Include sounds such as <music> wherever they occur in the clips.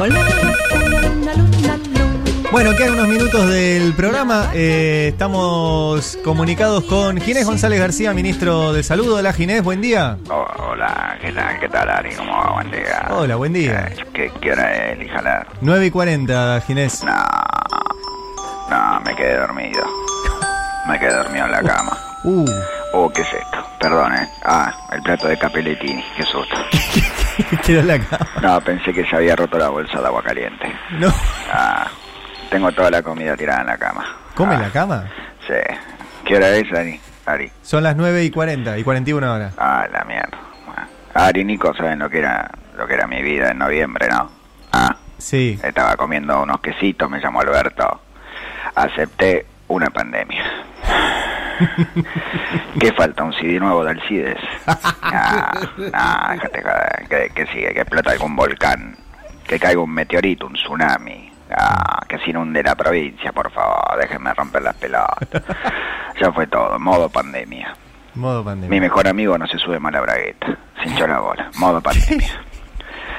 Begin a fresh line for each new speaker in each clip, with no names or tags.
alcohol. Luna, luna, luna.
Bueno, quedan unos minutos del programa. Eh, estamos comunicados con Ginés González García, ministro de Salud. Hola Ginés, buen día.
Oh, hola, ¿qué tal? ¿Qué tal, Ari? ¿Cómo va? Buen día.
Hola, buen día.
Eh, ¿Qué, qué hora es, Lijalar?
9 y 40, Ginés.
No, no, me quedé dormido. Me quedé dormido en la cama.
Uh, <laughs>
Oh, ¿qué es esto? Perdón, ¿eh? Ah, el plato de capelletini. Qué susto.
quedó en la cama.
No, pensé que se había roto la bolsa de agua caliente.
No.
Ah, tengo toda la comida tirada en la cama.
¿Come en
Ah,
la cama?
Sí. ¿Qué hora es, Ari? Ari.
Son las 9 y 40 y 41 ahora.
Ah, la mierda. Bueno. Ari y Nico saben lo que era lo que era mi vida en noviembre, ¿no? Ah,
Sí.
estaba comiendo unos quesitos, me llamó Alberto. Acepté una pandemia. ¿Qué falta? ¿Un CD nuevo del CIDES? Ah, ah, déjate joder. Que, que sigue, que explota algún volcán. Que caiga un meteorito, un tsunami. Ah, que se inunde la provincia, por favor. Déjenme romper las pelotas. Ya fue todo, modo pandemia.
Modo
Mi
pandemia.
mejor amigo no se sube más la bragueta. Se hinchó la bola. Modo pandemia.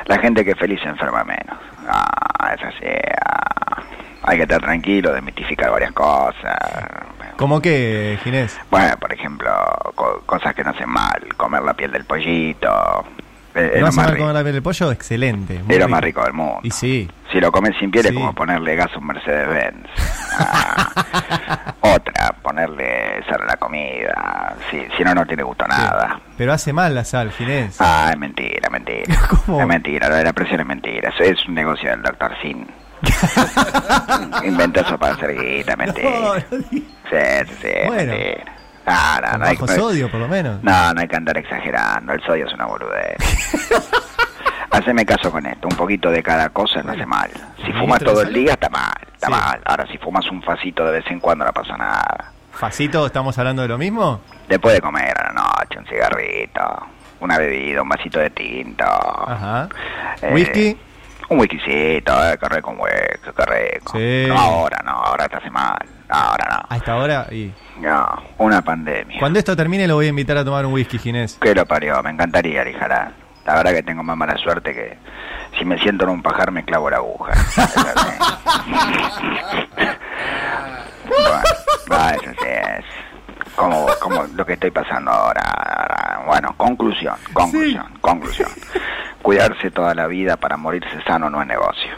La gente que es feliz se enferma menos. Ah, es así. ah. Hay que estar tranquilo, desmitificar varias cosas.
¿Cómo qué, Ginés?
Bueno, por ejemplo, co- cosas que no hacen mal. Comer la piel del pollito. Eh, Es,
¿No
lo,
vas a
más
mal
rico,
comer la piel del pollo? Excelente. muy
es lo más rico del mundo.
Y sí.
Si lo comes sin piel
Sí.
es como ponerle gas a un Mercedes-Benz.
<laughs>
Ah. Otra, ponerle sal a la comida. Si, si no, no tiene gusto a nada.
Pero hace mal la sal, Ginés. <laughs>
Ah, es mentira, mentira.
¿Cómo?
Es mentira, lo de la presión es mentira. Eso es un negocio del doctor Sin.
<laughs>
Inventó eso para hacer guita, mentira.
No, no digas.
Sí, sí, sí,
Bueno.
mentira. Ah, no,
Con
no, hay,
bajo
no-
sodio, por lo menos.
no, no hay que andar exagerando. El sodio es una
<laughs>
boludez. Haceme caso con esto. Un poquito de cada cosa no hace mal. Si
Ministro
fumas
de
todo el
Salud.
día, está mal. Está
Sí.
mal. Ahora, si fumas un facito de vez en cuando, no pasa nada.
Facito, ¿estamos hablando de lo mismo?
Después de comer a la noche, un cigarrito, una bebida, un vasito de tinto.
Ajá.
Eh,
¿Whisky?
Un whiskycito, eh, qué rico un whisky, qué rico.
Sí.
No, ahora no, ahora te hace mal. Ahora
A esta hora y...
no. No, una pandemia.
Cuando esto termine lo voy a invitar a tomar un whisky, Ginés.
Que lo parió, me encantaría, Lijarán. La verdad que tengo más mala suerte que si me siento en un pajar me clavo la aguja. <laughs> bueno, va, eso sí es. Como, como lo que estoy pasando ahora, ahora. Bueno, conclusión, conclusión, conclusión. Cuidarse toda la vida para morirse sano no es negocio.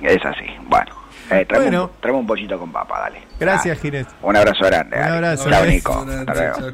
Es así. Bueno, eh, tráeme,
Bueno.
Un, tráeme un pollito con papa, dale.
Gracias,
Ah,
Ginés.
Un abrazo grande.
Un
dale.
abrazo.
Chao,
Abrazo
Nico. Hasta luego.